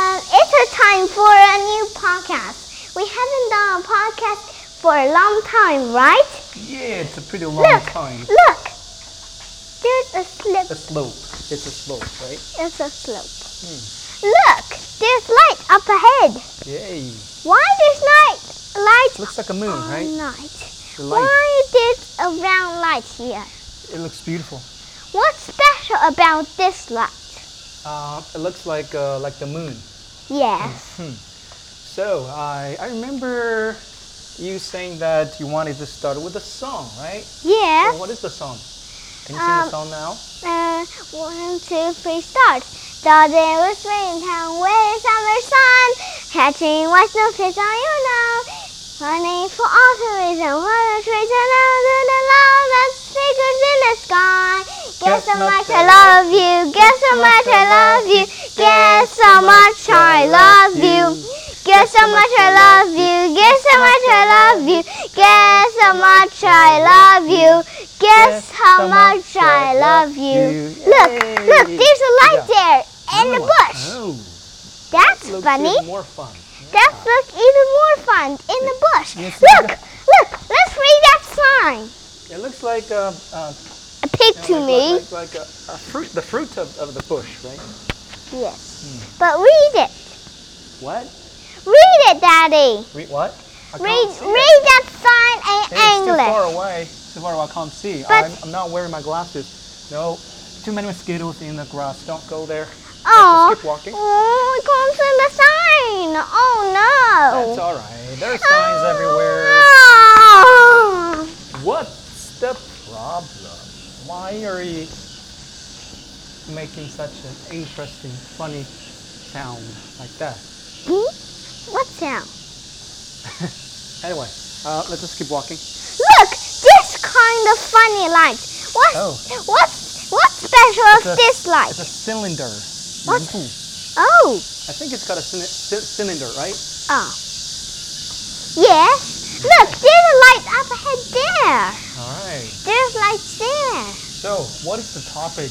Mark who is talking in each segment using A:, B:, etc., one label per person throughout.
A: another time for Um, a new podcast. We haven't done a podcast for a long time, right?
B: Yeah, it's a pretty long
A: Look.
B: time.
A: Look, there's a slip.
B: A slope. It's a slope, right?
A: It's a slope. Look, there's light up ahead.
B: Yay.
A: Why there's night light
B: Looks like a moon,
A: all
B: right?
A: night?
B: The light.
A: Why there's a round light here?
B: It looks beautiful.
A: What's special about this light?
B: Uh, it looks like uh, like the moon.
A: Yes.
B: So I I remember you saying that you wanted to start with a song, right?
A: Yes.
B: So what is the song? Can you
A: Um,
B: sing the song now?
A: Uh, one, two, three, start. The day was springtime with summer sun. Catching white snowfish on you now. Running for autumn reason. What a Oh, treat to know to the love that's figures in the sky. Guess how much I love you. Guess how much I love you. Guess how much I love you. Guess how much I love you. Guess how much I love you. Guess how much I love you. Guess how much I love you. Look, look, there's a light there in the bush.
B: Oh,
A: That's
B: looks
A: funny.
B: even more fun.
A: That looks even more fun in the bush.
B: Yes,
A: Look, look, let's read that sign.
B: It looks like uh, uh,
A: A pig
B: you
A: to
B: know,
A: me.
B: like, like, like a, a fruit, the fruit of, of the bush, right? Hmm.
A: Yes. But read it.
B: What?
A: Read it, Daddy.
B: Read what? I can't
A: Read,
B: see it.
A: read that sign in
B: Hey, It's too far
A: English.
B: away. It's too far away. I can't see.
A: But-
B: I'm, I'm not wearing my glasses. No, too many mosquitoes in the grass. Don't go there.
A: Oh,
B: keep walking.
A: oh, it comes in the sign. Oh
B: That's
A: no.
B: all right. There are signs everywhere.
A: Oh.
B: What's the problem? Why are you making such an interesting, funny sound like that?
A: Hmm? What sound?
B: Anyway, uh, let's just keep walking.
A: Look, this kind of funny light. What's
B: Oh.
A: what's what's special
B: It's
A: of
B: a-
A: this light?
B: It's a cylinder.
A: What?
B: Mhm.
A: Oh,
B: I think it's got a cyni- cy- cylinder, right?
A: oh. Yes. Look, there's a light up ahead there.
B: All right.
A: There's light there.
B: So, what is the topic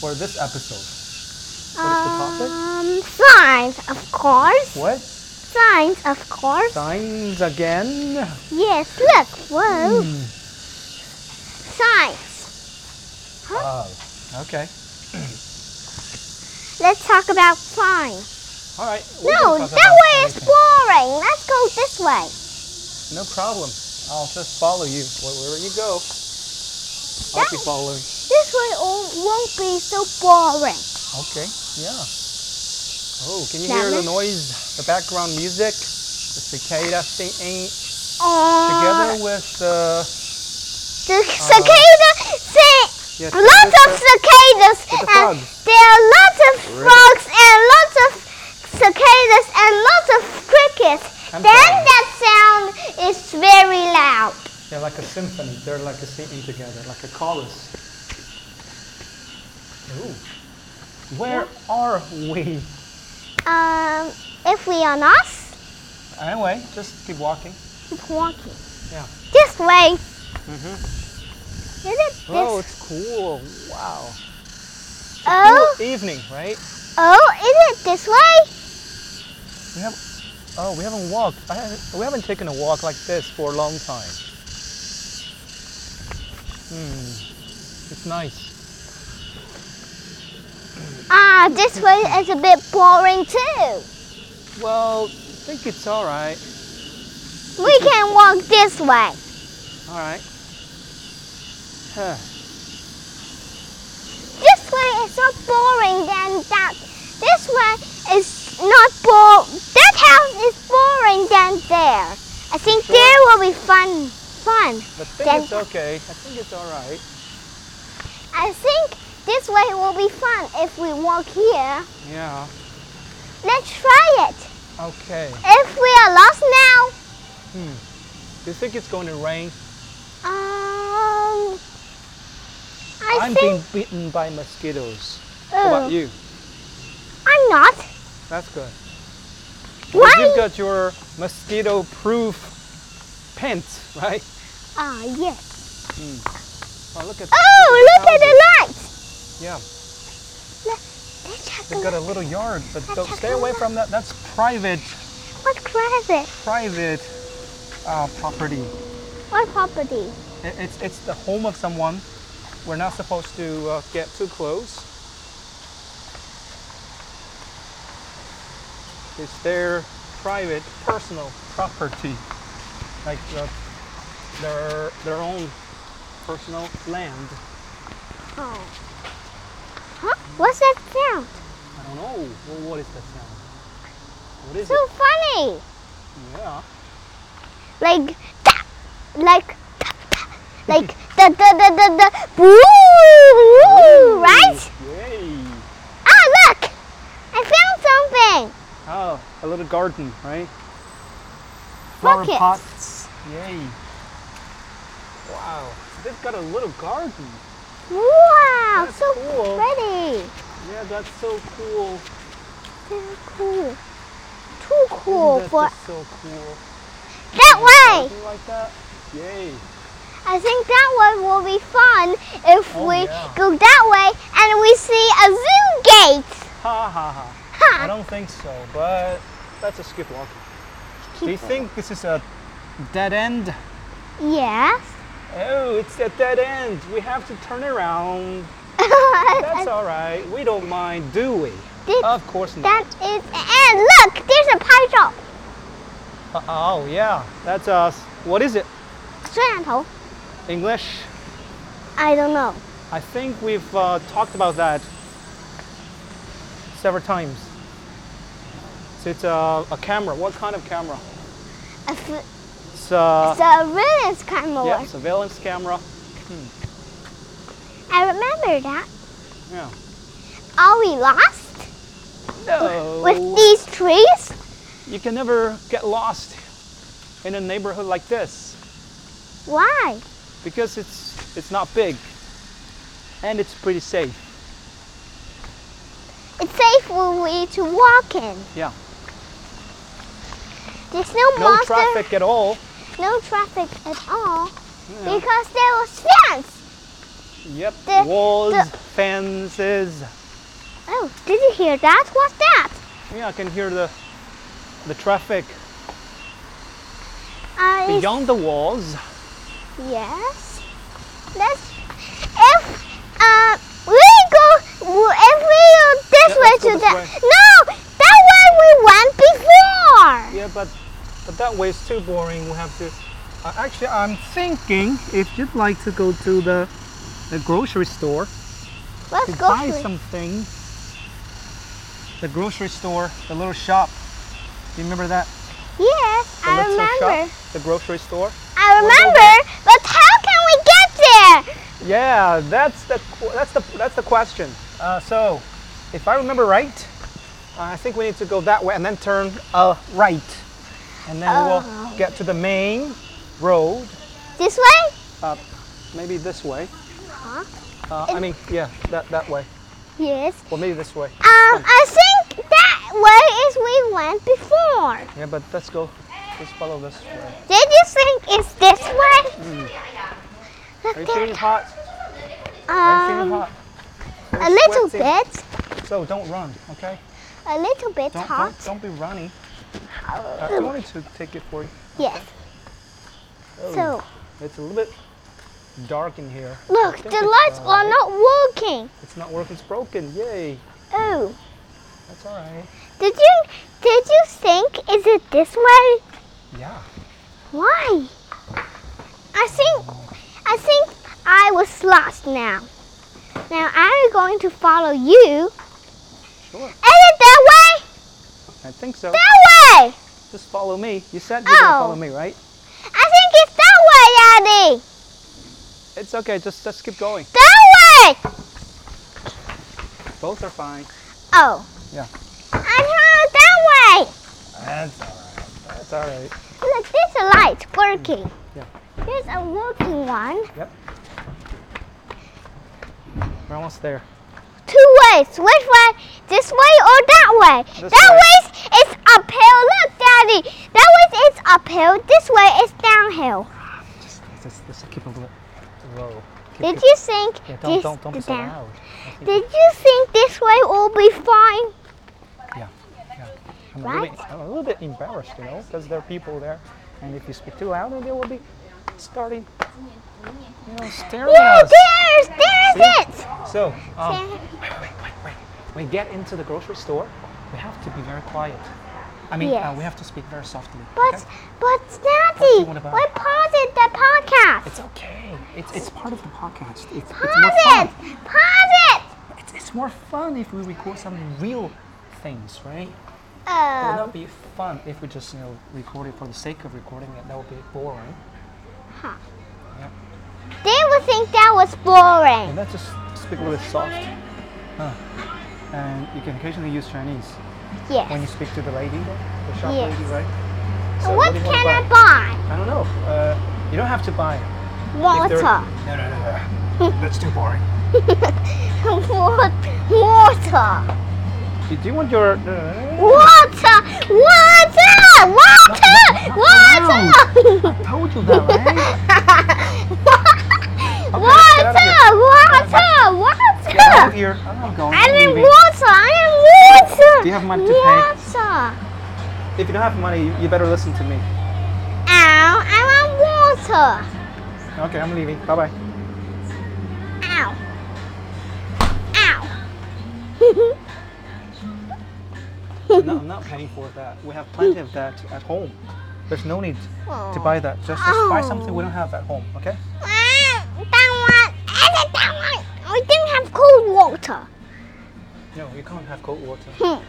B: for this episode? What is the topic?
A: Um, signs, of course.
B: What?
A: Signs, of course.
B: Signs again?
A: Yes. Look.
B: Hmm.
A: Whoa. Signs.
B: Oh, okay.
A: Let's talk about signs.
B: All right. we can
A: No,
B: talk
A: that
B: about
A: way is
B: anything.
A: boring. Let's go this way.
B: No problem. I'll just follow you wh- wherever you go. I'll be
A: That-
B: following.
A: This way all won't be so boring.
B: Okay. Yeah. Oh, can you
A: That
B: hear the
A: looks-
B: noise? The background music, the cicada singing,
A: Oh,
B: together Uh, with the
A: the cicada sing.
B: yes,
A: Lots of
B: with
A: cicadas
B: with the
A: and
B: frogs.
A: there are lots of
B: Really?
A: frogs and lots of cicadas and lots of crickets.
B: I'm
A: then
B: sorry.
A: that sound is very loud.
B: the- They're like a symphony. They're like a singing together, like a chorus. Ooh. Where are we?
A: Um, if we are not
B: Anyway, just keep walking.
A: keep walking.
B: Yeah.
A: This way.
B: Mhm.
A: Is it this?
B: Oh, it's cool. Wow.
A: oh,
B: Cool evening, right?
A: oh, is it this way?
B: We have Oh, we haven't walked. I haven't, we haven't taken a walk like this for a long time. Hmm. It's nice.
A: Ah, this way is a bit boring too.
B: Well, I think it's all right.
A: We can walk this way.
B: All right. Huh.
A: This way is not boring than that. This way is not bo. That house is boring than there. I think
B: Sure.
A: there will be fun. Fun.
B: I think
A: Then-
B: it's okay. I think it's all right.
A: I think this way will be fun if we walk here.
B: Yeah.
A: Let's try it.
B: Okay.
A: If we are lost now,
B: You think it's going to rain?
A: um, I
B: am
A: think.
B: being bitten by mosquitoes. How about
A: Oh,
B: you?
A: I'm not.
B: That's good. Well, You've
A: Why?
B: got your mosquito-proof pants, right?
A: Ah, yes.
B: Oh, look at
A: Oh, look at the lights.
B: yeah.
A: Let's check
B: They've got a little yard, but don't stay away from that. That's private,
A: What class is it?
B: private uh, property.
A: What property?
B: I- It's it's the home of someone. We're not supposed to uh, get too close. It's their private, personal property, like the, their their own personal land.
A: Oh. Huh? What's that sound?
B: I don't know. Well, what is that sound? What is
A: So
B: it?
A: funny.
B: Yeah.
A: Like tap, like tap, tap, like da da da da da. Woo, woo, right?
B: Yay!
A: Ah, look! I found something.
B: Oh, a little garden, right? Flower
A: Buckets.
B: pots. Yay! Wow, they've got a little garden.
A: Wow,
B: That's
A: so
B: cool.
A: pretty.
B: Yeah, that's so cool.
A: So cool. Too cool
B: That's
A: for
B: just so cool.
A: that way.
B: Something like that. Yay!
A: I think that one will be fun if
B: Oh,
A: we
B: yeah.
A: go that way and we see a zoo gate.
B: Ha ha ha. I
A: Ha!
B: don't think so, but that's a skip walk. Do you
A: Keep-
B: think this is a dead end?
A: Yes.
B: Oh, it's a dead end. We have to turn around. That's all right. We don't mind, do we?
A: Did-
B: Of course
A: that
B: not.
A: is and look, there's a pie shop.
B: Uh, Oh, yeah. That's us. What is it?
A: 虽然头
B: English?
A: I don't know.
B: I think we've uh, talked about that several times. So it's uh, a, a camera. What kind of camera?
A: It's a
B: It's uh,
A: surveillance camera.
B: yeah, surveillance camera.
A: I remember that.
B: Yeah.
A: Are we lost
B: No.
A: with these trees?
B: You can never get lost in a neighborhood like this
A: Why?
B: because it's it's not big and it's pretty safe.
A: It's safe for we to walk in.
B: Yeah.
A: There's no,
B: No
A: monster,
B: traffic at all.
A: no traffic at all
B: Yeah.
A: because there was fence.
B: Yep.
A: the-
B: Walls,
A: the-
B: fences.
A: Oh, did you hear that? What's that?
B: Yeah, I can hear the the traffic
A: Uh, it's-
B: beyond the walls.
A: Yes. Let's. If uh, we go, if we go this
B: Yeah,
A: way
B: let's go
A: to
B: this
A: that.
B: way.
A: No, that way we went before.
B: Yeah, but but that way is too boring. We have to. Uh, actually, I'm thinking if you'd like to go to the the grocery store
A: Let's
B: to
A: go.
B: buy
A: through.
B: something. The grocery store, the little shop. Do you remember that?
A: Yes,
B: The
A: I
B: little
A: remember.
B: Shop, the grocery store.
A: I remember. But how can we get there?
B: Yeah, that's the qu- that's the that's the question. Uh, so, if I remember right, uh, I think we need to go that way and then turn uh, right, and then
A: Oh.
B: we'll get to the main road.
A: This way?
B: Uh, maybe this way.
A: Huh?
B: Uh, I mean, yeah, that that way.
A: Yes.
B: Well, maybe this way.
A: Um, I think that way is we went before.
B: Yeah, but let's go. Let's follow this way.
A: Did you think it's this way? Look
B: Hmm. Are
A: there.
B: you feeling hot? Are you feeling
A: Um,
B: hot?
A: a little
B: sweaty?
A: bit.
B: So don't run, okay?
A: A little bit
B: Don't
A: hot. Um,
B: don't, don't be running. Uh, I wanted to take it for you.
A: Yes.
B: Oh,
A: So
B: it's a little bit dark in here.
A: look,
B: think
A: the lights
B: it's
A: are
B: alright.
A: not working.
B: It's not working. It's broken. Yay!
A: Oh,
B: That's all right.
A: did you did you think is it this way?
B: Yeah.
A: Why? I think I think I was lost now. Now I'm going to follow you.
B: Sure.
A: Is it that way?
B: I think so.
A: That way!
B: Just follow me. You said you were gonna
A: Oh.
B: follow me, right?
A: I think it's that way, Daddy.
B: It's okay. Just just keep going.
A: That way.
B: Both are fine.
A: Oh.
B: Yeah.
A: I heard that way.
B: That's all right. That's all right.
A: Look, there's a light working.
B: Yeah.
A: Here's a working one.
B: We're almost there.
A: Two ways. Which way? This way or that way?
B: This
A: that
B: way.
A: way it's uphill. Look, Daddy. That way it's uphill. This way it's downhill.
B: Just just, just keep a little low.
A: Did you think
B: Yeah,
A: this
B: don't, don't, don't be so
A: down-
B: loud. I think-
A: Did you think this way will be fine?
B: I'm, really,
A: Right?
B: I'm a little bit embarrassed, you know, because there are people there, and if you speak too loud, they will be starting, you know, staring
A: Yeah,
B: at us.
A: there's there's it.
B: So, um,
A: There-
B: wait, wait, wait, wait. When we get into the grocery store, we have to be very quiet. I mean, uh,
A: Yes.
B: we have to speak very softly.
A: But
B: okay?
A: but Snazzy,
B: What about-
A: we paused it, the podcast.
B: it's okay. It's, it's part of the podcast. It's, it's more
A: Pause
B: fun.
A: it. Pause it.
B: It's, it's more fun if we record some real things, right? It would
A: Oh,
B: not be fun if we just, you know, record it for the sake of recording it. That would be boring.
A: they would think that was boring.
B: And let's just speak a little bit soft. Huh. And you can occasionally use Chinese when you
A: Yes.
B: speak to the lady, there, the shop
A: Yes.
B: lady, right? So
A: And what
B: do you wanna
A: can I
B: buy?
A: buy?
B: I don't know. Uh, you don't have to buy. If they're-
A: Water.
B: No, no, no, no. That's too boring.
A: Wat- water.
B: Do do you want your? uh,
A: Water. Water. Water.
B: No, no,
A: Water.
B: I told you that, right?
A: Water. Water.
B: Get out of
A: Water.
B: here. I'm not going.
A: I
B: I'm
A: am
B: leaving.
A: water. I am water.
B: Do you have money to pay?
A: Water.
B: If you don't have money, you- you better listen to me.
A: Ow, I want water.
B: Okay, I'm leaving. Bye bye.
A: Ow. Ow.
B: No, I'm not paying for that. We have plenty of that at home. There's no need to buy that. Just, just
A: Oh.
B: buy something we don't have at home. Okay?
A: Ah, that one. I did that one. We didn't have cold water.
B: No, you can't have cold water.
A: W-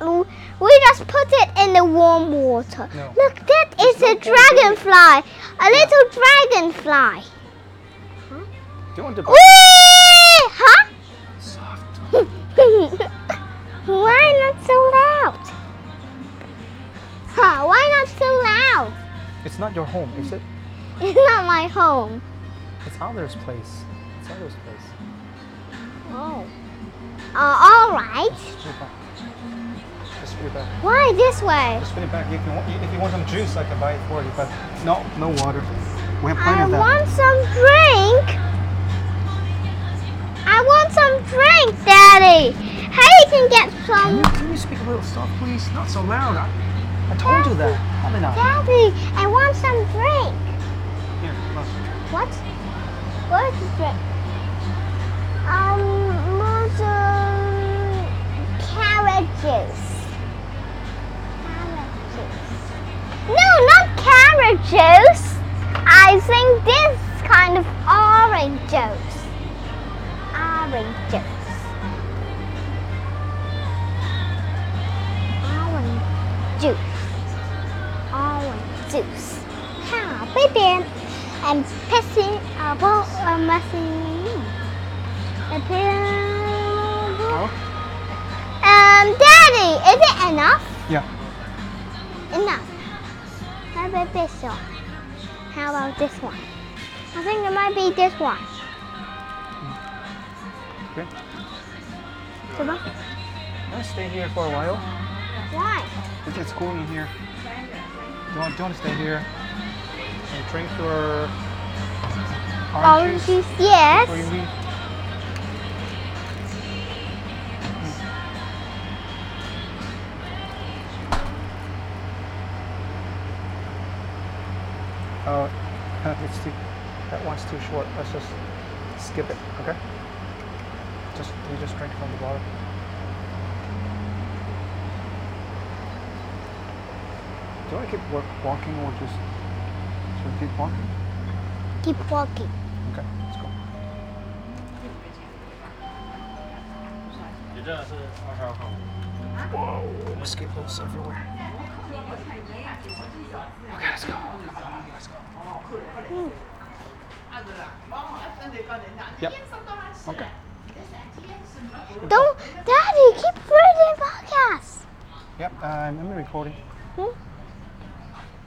A: Hmm. We just put it in the warm water.
B: No.
A: Look, that is
B: no
A: a
B: cold
A: dragonfly. A little dragonfly.
B: Do you want
A: Oh.
B: to buy
A: Whee! Huh?
B: soft?
A: why not so loud? Huh, why not so loud?
B: It's not your home, is it?
A: It's not my home.
B: It's others' place. It's others' place.
A: Oh. Uh, all right.
B: Just put it back. Just put it back.
A: Why this way?
B: Just put it back. If you want, if you want some juice, I can buy it for you. But no, no water. We have plenty
A: I
B: of that.
A: want some drink. I want some drink, Daddy. How you can get
B: Can
A: some,
B: you, can you speak a little soft, please? Not so loud. I, I told you that. Probably not.
A: Daddy? I want some drink.
B: Here, look.
A: What? What is drink? Um, want some carrot juice. Carrot juice. No, not carrot juice. I think this kind of orange juice. Orange juice. Orange juice. Orange juice. 好，贝贝。I'm passing a ball a machine. uh, A ball. Um, Daddy, is it enough?
B: Yeah.
A: Enough. How about this one? How about this one? I think it might be this one.
B: Okay.
A: Come on.
B: Can I stay here for a while?
A: Why?
B: It gets cool in here. Do you want, do you want to stay here and drink your orange
A: Orange
B: juice
A: juice, yes.
B: before you leave? Uh, it's too, that one's too short. Let's just skip it, okay? Just we just drink from the bottle. Do I keep work, walking or just should we keep walking?
A: Keep walking.
B: Okay, let's go.
C: 你这是二十二号。
B: Whoa, mosquitoes everywhere. Okay, let's go. Let's go. Yep. Okay.
A: Don't, Daddy, keep reading podcasts.
B: Yep. uh, I'm, I'm recording.
A: Hmm?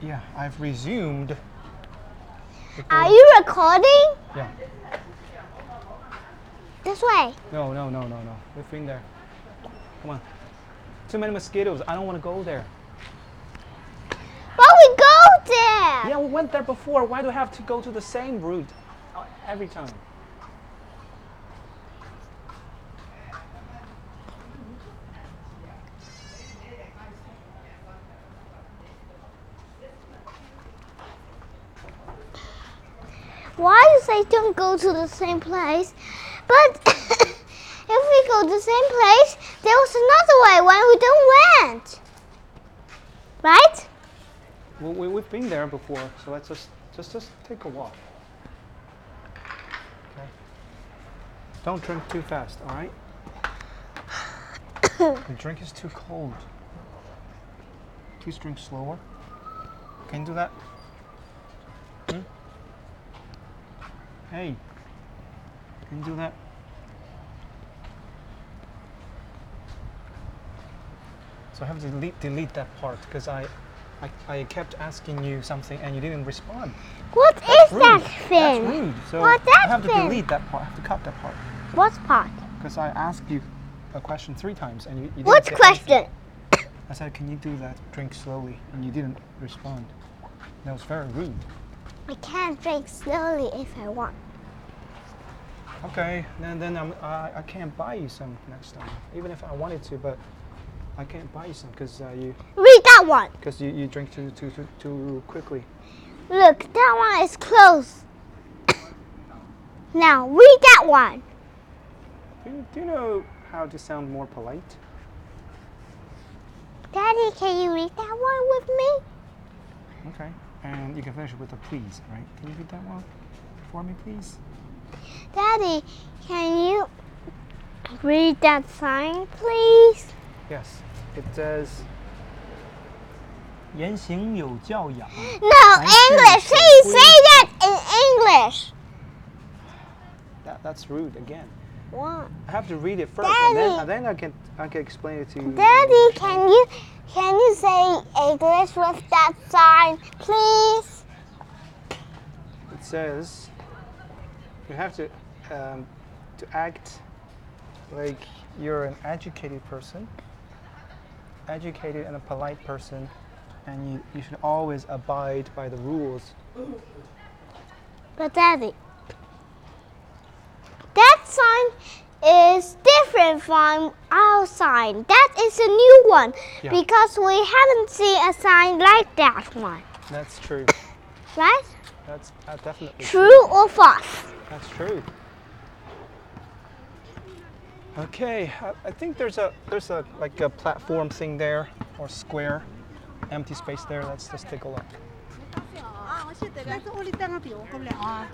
B: Yeah, I've resumed.
A: Are
B: recording.
A: you recording?
B: Yeah.
A: This way.
B: No, no, no, no, no. We've been there. Come on. Too many mosquitoes. I don't want to go there.
A: But we go there.
B: Yeah, we went there before. Why do I have to go to the same route every time?
A: why you say don't go to the same place? But if we go to the same place, there was another way when we don't went. Right?
B: We, we, we've been there before, so let's just just just take a walk. Okay. Don't drink too fast, all right? the drink is too cold. Please drink slower. Can you do that? Hmm? Hey, can you do that? So I have to delete, delete that part because I, I, I kept asking you something and you didn't respond.
A: What is
B: Rude.
A: that
B: That's
A: thing?
B: rude. So
A: What's
B: I
A: that
B: have to
A: thing?
B: delete that part. I have to cut that part
A: What part?
B: because I asked you a question three times and you, you didn't
A: What
B: say anything.
A: question?
B: I said, can you do that? Drink slowly, and you didn't respond. That was very rude.
A: I can drink slowly if I want.
B: Okay, then then I'm, I I can't buy you some next time, even if I wanted to, but I can't buy you some because uh, you
A: Read that one.
B: because you, you drink too too too too quickly.
A: Look, that one is closed. now read that one.
B: Do you, do you know how to sound more polite?
A: Daddy, can you read that one with me?
B: Okay, and you can finish it with a please, right? Can you read that one for me, please?
A: Daddy, can you read that sign, please?
B: Yes, it says. 言行有教养。
A: No,
B: I can
A: English.
B: say
A: Please say that
B: please.
A: in English.
B: That, that's rude again.
A: What?
B: I have to read it first, and then,
A: Daddy.
B: and then I can I can explain it to you.
A: Daddy, can you can you say English with that sign, please?
B: It says you have to um, to act like you're an educated person, educated and a polite person, and you, you should always abide by the rules.
A: But Daddy, that sign is different from our sign. That is a new one
B: Yeah.
A: because we haven't seen a sign like that one,
B: That's true.
A: right?
B: That's uh, definitely
A: True or false?
B: That's true. Okay, I, I think there's a there's a like a platform thing there or square, empty space there. Let's just take a look.
C: 啊，我去得个。但是我的蛋糕饼我够不了啊。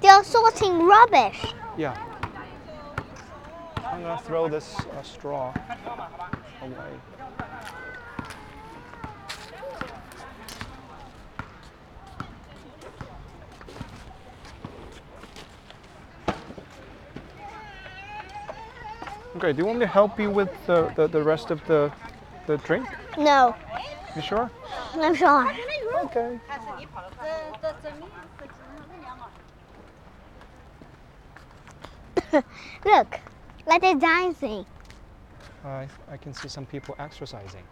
A: They're sorting rubbish.
B: Yeah. I'm gonna throw this uh, straw away. Okay, do you want me to help you with the, the, the rest of the, the drink?
A: No,
B: You sure?
A: I'm sure.
B: Okay.
C: 这这这明这今天两个。
A: Look, like a dancing.
B: I, I can see some people exercising.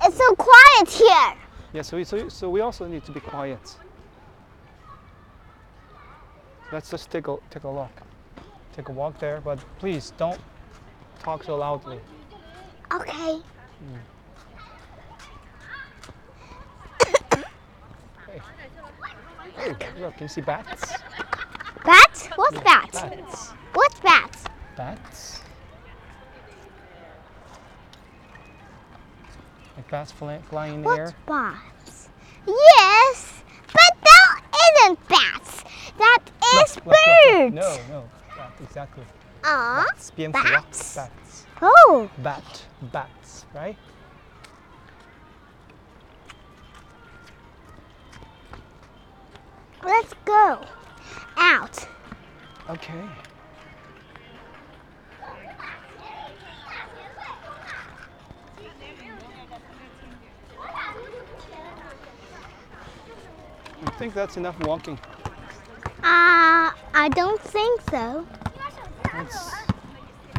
A: It's so quiet here.
B: Yeah, so we, so, so we also need to be quiet. Let's just take a, take a look. Take a walk there, but please don't talk so loudly.
A: Okay.
B: Ooh, look, can you see bats?
A: Bats? What's that?
B: Bats.
A: What's bats?
B: Bats. Like bats fly, flying in the
A: What's
B: air.
A: bats? Yes, but that isn't bats. That is
B: Look, look, look, look.
A: birds.
B: No, no. Bat, exactly.
A: Aw,
B: Bats. 蝙蝠啊，
A: bats.
B: Bats.
A: oh,
B: Bat. Bats, right?
A: let's go out.
B: Okay. I think that's enough walking.
A: Uh, I don't think so.
B: Let's,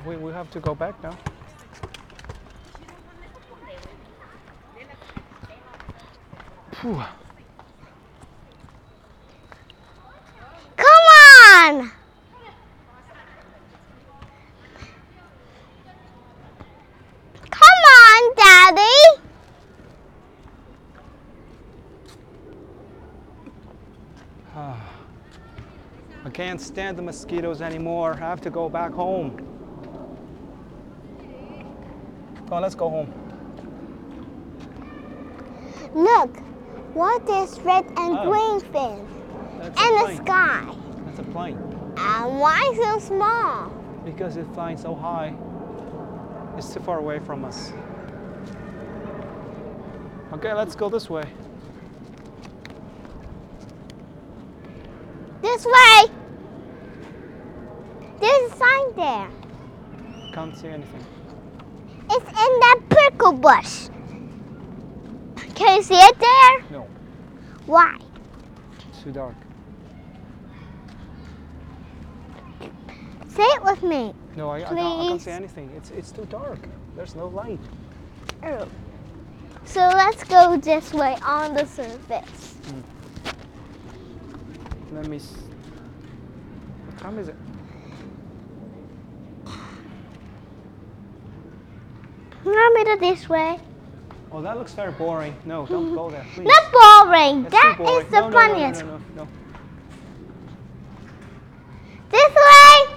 B: we, we have to go back now. Phew.
A: Come on. Come on, Daddy.
B: can't stand the mosquitoes anymore. I have to go back home. Come on, let's go home.
A: Look, what is red and
B: Oh.
A: green thing?
B: That's
A: And
B: a
A: the
B: plane.
A: sky.
B: That's a plane
A: And why so small?
B: because it's flying so high. It's too far away from us. Okay, let's go this way.
A: This way. There's a sign there.
B: Can't see anything.
A: It's in that prickle bush. Can you see it there?
B: No,
A: Why?
B: it's too dark.
A: Say it with me.
B: No, I, I, can't, I can't see
A: Please.
B: anything. It's it's too dark. There's no light.
A: Oh. So let's go this way on the surface.
B: Let me. S- what time is it?
A: Want me to this way?
B: Oh, that looks very boring. No, don't go there, please.
A: Not boring.
B: That's
A: That
B: too boring.
A: is the
B: no, no, no,
A: funniest.
B: No, no, no, no.
A: This way.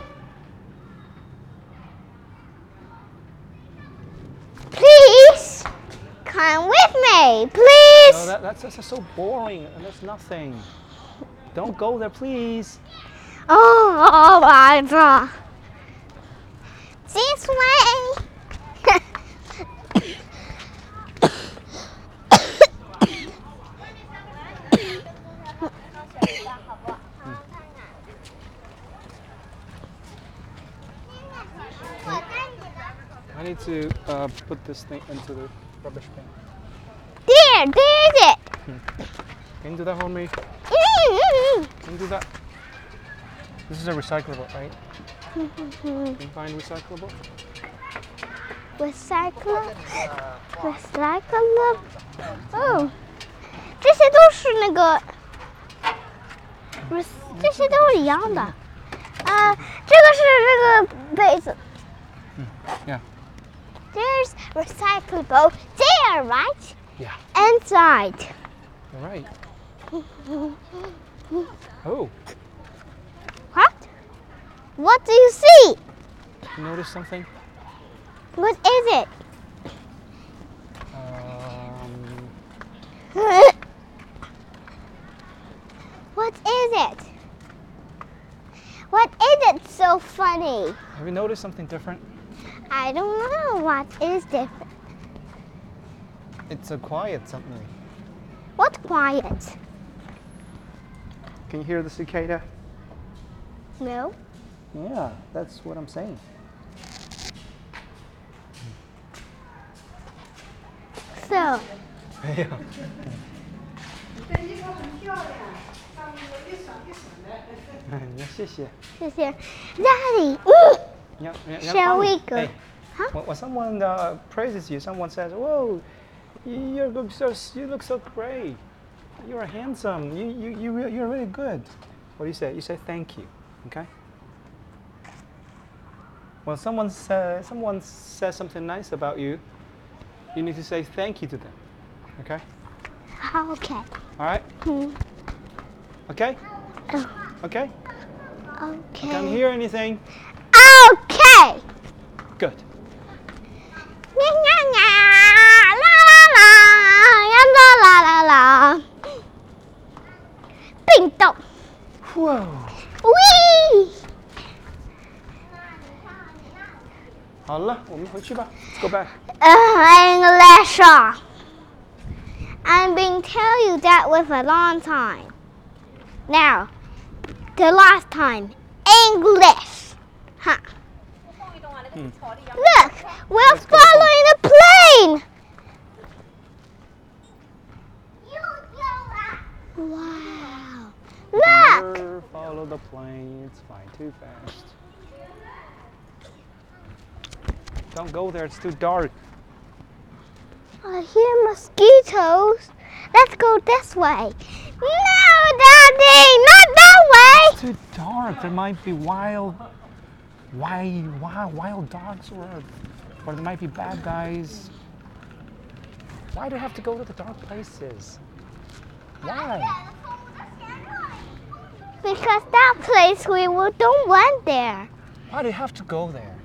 A: Please come with me, please.
B: No, that, that's, that's so boring and there's nothing. Don't go there, please.
A: Oh, all right. uh, This way.
B: I need to uh, put this thing into the rubbish bin.
A: There, there's it.
B: Can you do that for me? Can you do that? This is a recyclable, right? Can you find recyclable?
A: Recycle, recycle. Oh, 这些都是那个，rec- 这些都是一样的。啊，这个是这个杯子。
B: Hmm, yeah.
A: There's recyclable there, right?
B: Yeah.
A: Inside.
B: All right. Oh,
A: What? What do you see?
B: you noticed something?
A: What is it?
B: Um,
A: what is it? What is it so funny?
B: have you noticed something different?
A: I don't know what is different.
B: It's a quiet something.
A: What quiet?
B: Can you hear the cicada?
A: No.
B: Yeah, that's what I'm saying.
A: So,
B: yeah.
C: 但这个很漂亮，上面有一闪一闪的。
B: 谢谢。
A: this here. Daddy, ooh,
B: Yeah, yeah, yeah,
A: shall
B: fine.
A: we go?
B: Oh, Hey,
A: Huh?
B: when, when someone uh, praises you, someone says, "Whoa, you- you're look so you look so great. You're handsome. You you you re- you're really good." What do you say? You say thank you. Okay. When someone says someone says something nice about you, you need to say thank you to them. Okay.
A: Okay.
B: All right.
A: Hmm.
B: Okay. Okay.
A: Okay.
B: Can't hear anything.
A: Okay.
B: Good.
A: Nya, nya, nya, la, la, la, ya, la, la, la, la. 病毒
B: Whoa.
A: ，wee。
B: 好了，我们回去吧。Let's go back.
A: Uh, English. I've been telling you that with a long time. Now, the last time, English. Huh. Look, we're
B: go
A: following the plane. Wow. Look.
B: Never follow the plane. It's flying too fast. Don't go there. It's too dark.
A: I hear mosquitoes. Let's go this way. No, Daddy, not that way.
B: Too dark. There might be wild, wild, wild, wild dogs, or or there might be bad guys. Why do you have to go to the dark places? Why?
A: Because that place we w- don't went there.
B: Why do you have to go there?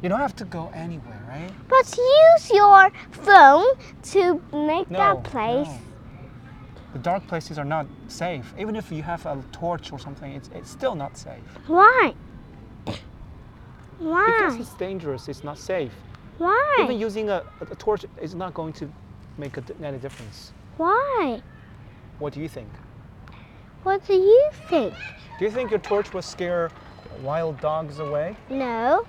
B: You don't have to go anywhere, right?
A: But use your phone to make that place.
B: no. The dark places are not safe. Even if you have a torch or something, it's, it's still not safe.
A: Why?
B: Because
A: Why?
B: it's dangerous, it's not safe. Even
A: Why?
B: using a, a torch is not going to make a, di- any difference.
A: Why?
B: What do you think?
A: What do you think?
B: Do you think your torch will scare wild dogs away?
A: No.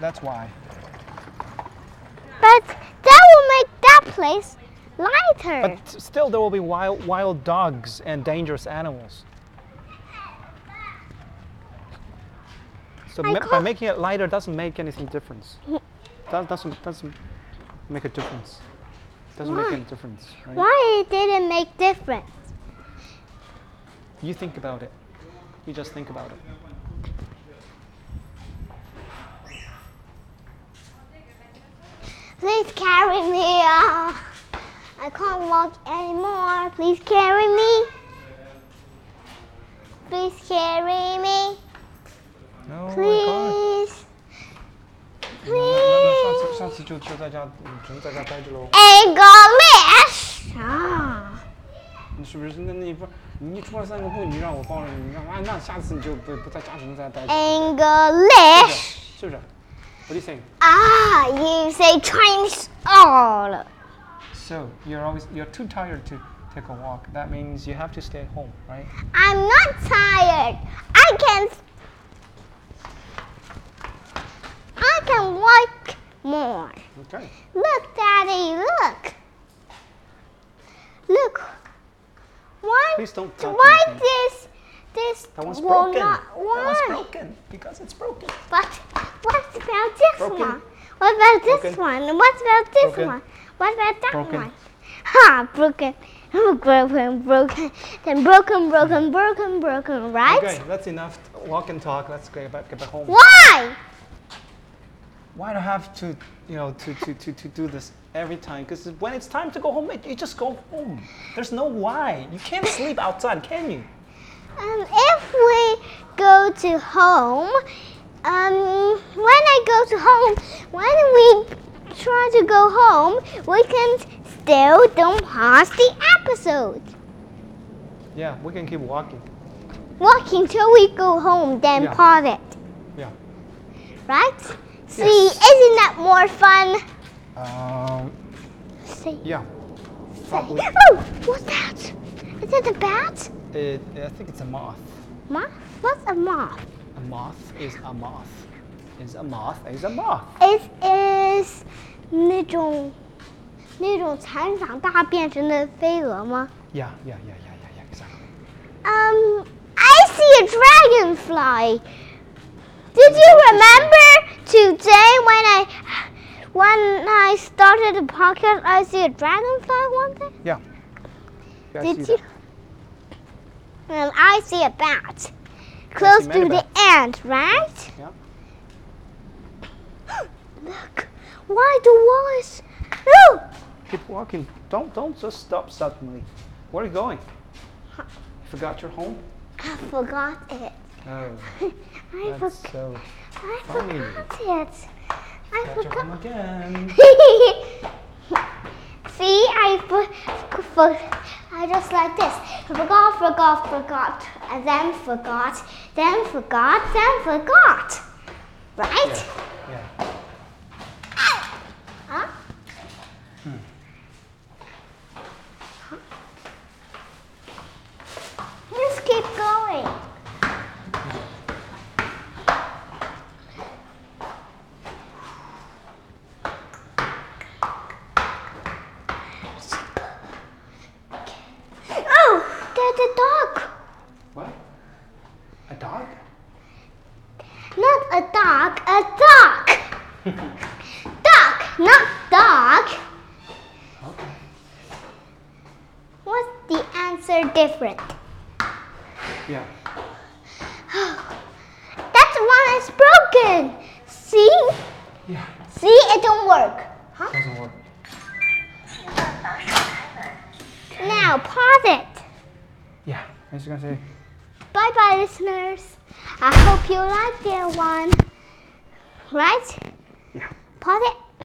B: That's why.
A: But that will make that place lighter.
B: But s- still, there will be wild, wild dogs and dangerous animals. So
A: I
B: ma- by
A: can't-
B: making it lighter doesn't make anything difference. That doesn't doesn't make a difference. Doesn't
A: Why?
B: make any difference. Right?
A: Why it didn't make difference?
B: You think about it. You just think about it.
A: Please carry me. ah. I can't walk anymore. Please carry me. Please carry me.
B: No,
A: Please.
B: 那那
A: Please.
B: 上次上次就就在家，嗯只能在家待着喽。
A: A goldfish. Ah.
B: 你是不是？那那你不，你一出来散个步，你让我抱着你，你干嘛？那下次你就不不在家，只能在家待着，
A: English.
B: 是不是？What do you think?
A: Ah, you say Chinese Oh, all.
B: So you're always you're too tired to take a walk. That means you have to stay at home, right?
A: I'm not tired. I can. I can walk more.
B: Okay.
A: Look, Daddy, look. Look. Why?
B: Please don't touch
A: Why
B: anything.
A: this? This
B: That one's
A: will
B: broken.
A: not.
B: That one's
A: Why?
B: broken because it's broken.
A: But what about this
B: Broken.
A: one? What about this
B: Broken.
A: one? What about this
B: Broken.
A: one? What about that
B: Broken.
A: one? Ha! Broken. Broken, broken, then broken, broken, broken, broken, right?
B: Okay, that's enough. Walk and talk. Let's get back get back home.
A: Why?
B: Why do I have to you know to to to, to do this every time? Because when it's time to go home, it, you just go home. There's no why. You can't sleep outside, can you?
A: Um, if we go to home, um, when I go to home, when we try to go home, we can still don't pause the episode.
B: Yeah, we can keep walking.
A: Walking till we go home, then
B: Yeah.
A: pause it.
B: Yeah.
A: Right? See,
B: Yes.
A: isn't that more fun?
B: Um.
A: See,
B: Yeah.
A: say.
B: Probably.
A: Oh, what's that? Is that a bat?
B: It, I think it's a moth.
A: Moth? What's a moth?
B: A moth is a moth. Is a moth is a moth.
A: It is 那种那种蚕长大变成的飞蛾吗
B: Yeah, yeah, yeah, yeah, yeah, yeah, exactly.
A: ？Um, I see a dragonfly. Did you remember today when I when I started the podcast? I see a dragonfly one day.
B: Yeah. yeah I
A: Did
B: see
A: you?
B: that.
A: And I see a bat close to the
B: megabat.
A: end, right?
B: Yeah.
A: Look, why the wall is? No,
B: Keep walking. Don't don't just stop suddenly. Where are you going? Forgot your home?
A: I forgot it.
B: Oh,
A: I
B: that's
A: forgot.
B: so
A: I
B: funny.
A: forgot it. I
B: Forgot your home
A: forgot.
B: again.
A: See, I for, for, I just like this. Forgot, forgot, forgot, and then forgot, then forgot, then forgot. Right?
B: Yeah.
A: Huh? Just keep going. Oh, there's a dog.
B: What? A dog?
A: Not a dog, a dog. dog, not dog.
B: Okay.
A: What's the answer different?
B: Yeah.
A: That's one is broken. See?
B: Yeah.
A: See, it don't work. Huh?
B: Doesn't work.
A: Now pause it.
B: Yeah. I was gonna say
A: Bye bye, listeners. I hope you liked their one. Right?
B: Yeah.
A: Pause it.